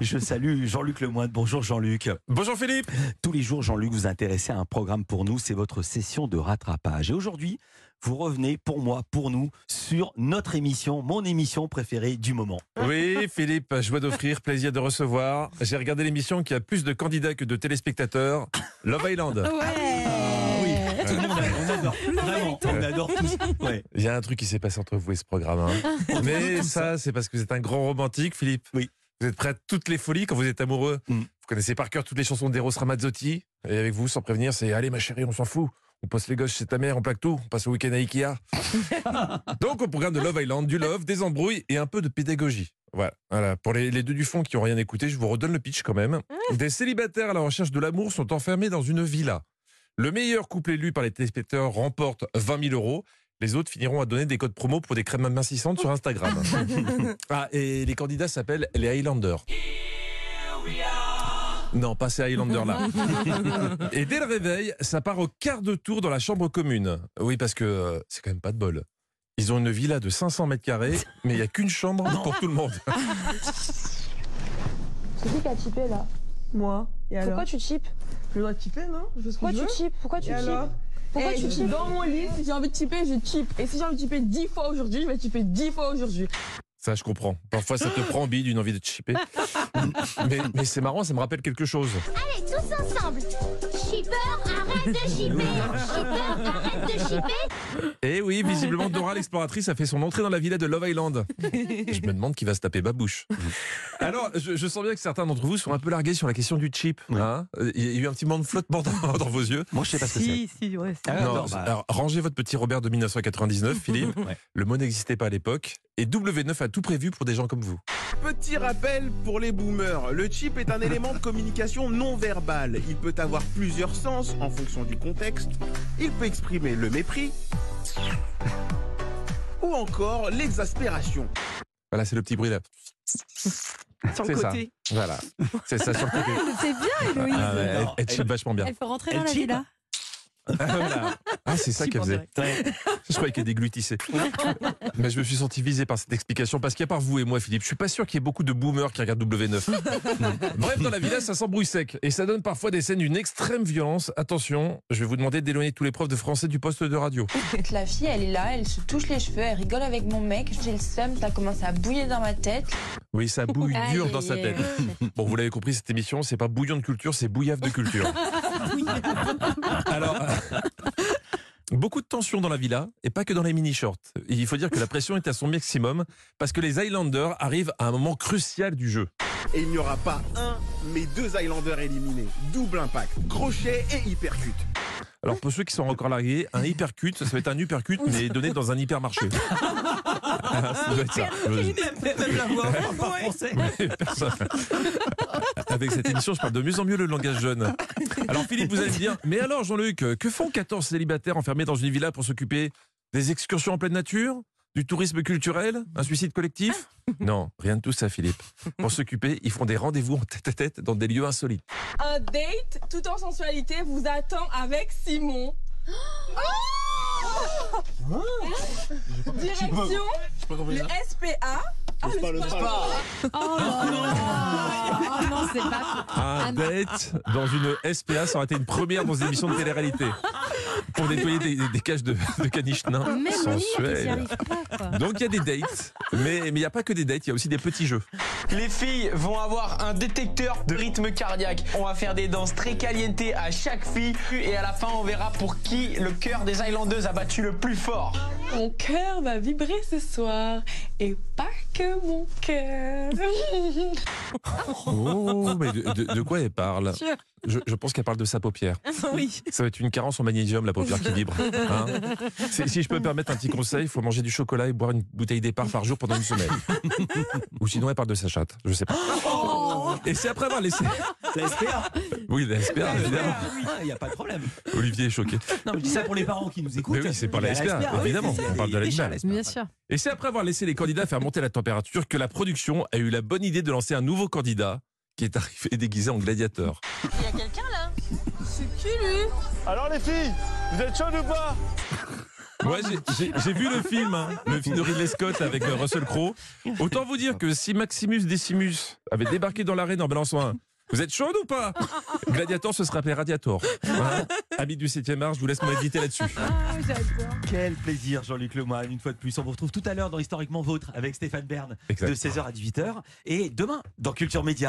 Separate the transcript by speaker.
Speaker 1: Je salue Jean-Luc Lemoine. Bonjour Jean-Luc.
Speaker 2: Bonjour Philippe.
Speaker 1: Tous les jours, Jean-Luc, vous intéressez à un programme pour nous. C'est votre session de rattrapage. Et aujourd'hui, vous revenez pour moi, pour nous, sur notre émission, mon émission préférée du moment.
Speaker 2: Oui Philippe, joie d'offrir, plaisir de recevoir. J'ai regardé l'émission qui a plus de candidats que de téléspectateurs. Love Island.
Speaker 3: Ah
Speaker 1: Ah Euh, Tout le monde, on adore. Vraiment, on adore tous. Ouais.
Speaker 2: Il y a un truc qui s'est passé entre vous et ce programme. hein. Mais ça, c'est parce que vous êtes un grand romantique, Philippe.
Speaker 1: Oui.
Speaker 2: Vous êtes prêt à toutes les folies quand vous êtes amoureux.
Speaker 1: Mm.
Speaker 2: Vous connaissez par cœur toutes les chansons d'Eros Ramazzotti. Et avec vous, sans prévenir, c'est Allez ma chérie, on s'en fout. On passe les gosses chez ta mère, on plaque tout, on passe le week-end à Ikea. Donc au programme de Love Island, du love, des embrouilles et un peu de pédagogie. Voilà. Voilà. Pour les, les deux du fond qui n'ont rien écouté, je vous redonne le pitch quand même. Des célibataires à la recherche de l'amour sont enfermés dans une villa. Le meilleur couple élu par les téléspectateurs remporte 20 000 euros. Les autres finiront à donner des codes promo pour des crèmes amincissantes sur Instagram. ah, et les candidats s'appellent les Highlanders. Non, pas ces Highlanders là. et dès le réveil, ça part au quart de tour dans la chambre commune. Oui, parce que euh, c'est quand même pas de bol. Ils ont une villa de 500 mètres carrés, mais il n'y a qu'une chambre pour tout le monde.
Speaker 4: C'est qui qui a typé là
Speaker 5: Moi. Et alors
Speaker 4: Pourquoi tu types
Speaker 5: Je dois typer, non Je fais ce que
Speaker 4: Pourquoi
Speaker 5: je
Speaker 4: tu
Speaker 5: veux.
Speaker 4: types Pourquoi tu
Speaker 5: Et alors
Speaker 4: types Pourquoi
Speaker 5: Eh,
Speaker 4: tu types
Speaker 5: Dans mon lit, si j'ai envie de typer, je type. Et si j'ai envie de typer 10 fois aujourd'hui, je vais typer 10 fois aujourd'hui.
Speaker 2: Ça, je comprends. Parfois, ça te prend en bille d'une envie de te chipper. mais mais c'est marrant, ça me rappelle quelque chose.
Speaker 6: tous ensemble. Shipper, arrête de shipper. Shipper, arrête de shipper.
Speaker 2: Et Eh oui, visiblement, Dora l'exploratrice a fait son entrée dans la villa de Love Island. Je me demande qui va se taper babouche. Alors, je, je sens bien que certains d'entre vous sont un peu largués sur la question du chip.
Speaker 1: Oui.
Speaker 2: hein. Il y a eu un petit moment de flottement dans, dans vos yeux.
Speaker 1: Moi, je sais pas ce que c'est.
Speaker 7: Si, si, ouais.
Speaker 1: Ah,
Speaker 2: Non,
Speaker 1: non, bah,
Speaker 2: alors, rangez votre petit Robert de 1999, Philippe.
Speaker 1: Ouais.
Speaker 2: Le mot n'existait pas à l'époque. Et W9 a tout prévu pour des gens comme vous.
Speaker 8: Petit rappel pour les boomers, le chip est un élément de communication non verbale. Il peut avoir plusieurs sens en fonction du contexte. Il peut exprimer le mépris ou encore l'exaspération.
Speaker 2: Voilà, c'est le petit bruit là.
Speaker 7: Sur
Speaker 2: C'est
Speaker 7: le
Speaker 2: ça.
Speaker 7: côté.
Speaker 2: Voilà. C'est ça sur le côté.
Speaker 3: C'est bien, Héloïse.
Speaker 2: Ah ouais, elle, elle chip vachement bien.
Speaker 3: Elle peut rentrer
Speaker 1: Elle hein.
Speaker 3: dans la
Speaker 1: chip.
Speaker 3: villa.
Speaker 2: Voilà. Ah, c'est ça
Speaker 7: Chip
Speaker 2: qu'elle
Speaker 7: en
Speaker 2: faisait.
Speaker 7: direct.
Speaker 2: Je croyais qu'elle déglutissait. Mais je me suis senti visé par cette explication parce qu'à part vous et moi, Philippe, je suis pas sûr qu'il y ait beaucoup de boomers qui regardent W9. Bref, dans la villa, ça s'embrouille sec et ça donne parfois des scènes d'une extrême violence. Attention, je vais vous demander d'éloigner tous les profs de français du poste de radio.
Speaker 9: La fille, elle est là, elle se touche les cheveux, elle rigole avec mon mec. J'ai le seum, ça commence à bouillir dans ma tête.
Speaker 2: Oui, ça bouille
Speaker 3: Aïe,
Speaker 2: dur dans
Speaker 3: aïe,
Speaker 2: sa
Speaker 3: aïe.
Speaker 2: tête. Bon, vous l'avez compris, cette émission, c'est pas bouillon de culture, c'est bouillave de culture. Alors, euh, beaucoup de tension dans la villa, et pas que dans les mini-shorts. Il faut dire que la pression est à son maximum, parce que les Highlanders arrivent à un moment crucial du jeu.
Speaker 8: Et il n'y aura pas un, mais deux Highlanders éliminés. Double impact, crochet et hypercute.
Speaker 2: Alors, pour ceux qui sont encore largués, un hypercute, ça va être un uppercut, mais donné dans un hypermarché. Ah, ça doit être ça.
Speaker 1: même la voix, on parle français.
Speaker 2: Mais personne. Avec cette émission, je parle de mieux en mieux le langage jeune. Alors Philippe, vous allez me dire, mais alors Jean-Luc, euh, que font 14 célibataires enfermés dans une villa pour s'occuper des excursions en pleine nature du tourisme culturel Un suicide collectif Non, rien de tout ça, Philippe. Pour s'occuper, ils font des rendez-vous en tête-à-tête dans des lieux insolites.
Speaker 5: Un date, tout en sensualité, vous attend avec Simon. Ah Direction le SPA. Ah, le spa.
Speaker 3: Oh là là. Oh non, c'est pas.
Speaker 2: Un
Speaker 3: Ah, non.
Speaker 2: date dans une SPA, ça aurait été une première dans une émission de télé-réalité. Pour nettoyer des, des- des cages de, de caniches nains
Speaker 3: Même lui, il n'y
Speaker 2: sensuels.
Speaker 3: arrive pas, quoi.
Speaker 2: Donc il y a des dates, mais mais il n'y a pas que des dates, il y a aussi des petits jeux.
Speaker 10: Les filles vont avoir un détecteur de rythme cardiaque. On va faire des danses très caliente à chaque fille et à la fin on verra pour qui le cœur des Islandeuses a battu le plus fort.
Speaker 5: Mon cœur va vibrer ce soir. Et pas que mon cœur.
Speaker 2: Oh, mais de, de- de quoi elle parle
Speaker 7: Sûr.
Speaker 2: je, je pense qu'elle parle de sa paupière.
Speaker 7: Oui.
Speaker 2: Ça va être une carence en magnésium, la paupière qui vibre. hein. C'est- si je peux me permettre un petit conseil, il faut manger du chocolat et boire une bouteille d'épargne par jour pendant une semaine. Ou sinon, elle parle de sa chatte. Je sais pas. et c'est après avoir laissé.
Speaker 1: La SPA.
Speaker 2: Oui, la SPA, évidemment.
Speaker 1: Il n'y Ah, a pas de problème.
Speaker 2: Olivier est choqué.
Speaker 1: Non, mais je dis ça pour les parents qui nous écoutent.
Speaker 2: Mais oui, c'est pas la
Speaker 1: Il y a Ah
Speaker 2: SPA,
Speaker 1: oui,
Speaker 2: évidemment.
Speaker 1: c'est ça,
Speaker 2: On parle de
Speaker 1: les- les chats,
Speaker 2: l'animal.
Speaker 1: la
Speaker 3: Bien
Speaker 1: SPA.
Speaker 3: sûr.
Speaker 2: Et c'est après avoir laissé les candidats faire monter la température que la production a eu la bonne idée de lancer un nouveau candidat qui est arrivé déguisé en gladiateur.
Speaker 9: Il y a quelqu'un là
Speaker 5: C'est qui lui
Speaker 8: Alors les filles, vous êtes chaudes ou pas
Speaker 2: Ouais, j'ai- j'ai- j'ai vu le film, hein, le film de Ridley Scott avec euh, Russell Crowe. Autant vous dire que si Maximus Decimus avait débarqué dans l'arène en balançant un Vous êtes chaude ou pas Gladiator, ce serait appelé Radiator. Voilà. Amis du 7 e art, je vous laisse mon éditer là-dessus.
Speaker 1: Quel plaisir, Jean-Luc Lemoyne, une fois de plus. On vous retrouve tout à l'heure dans Historiquement Vôtre avec Stéphane Bern
Speaker 2: Exact.
Speaker 1: de 16h à 18h. Et demain, dans Culture Média.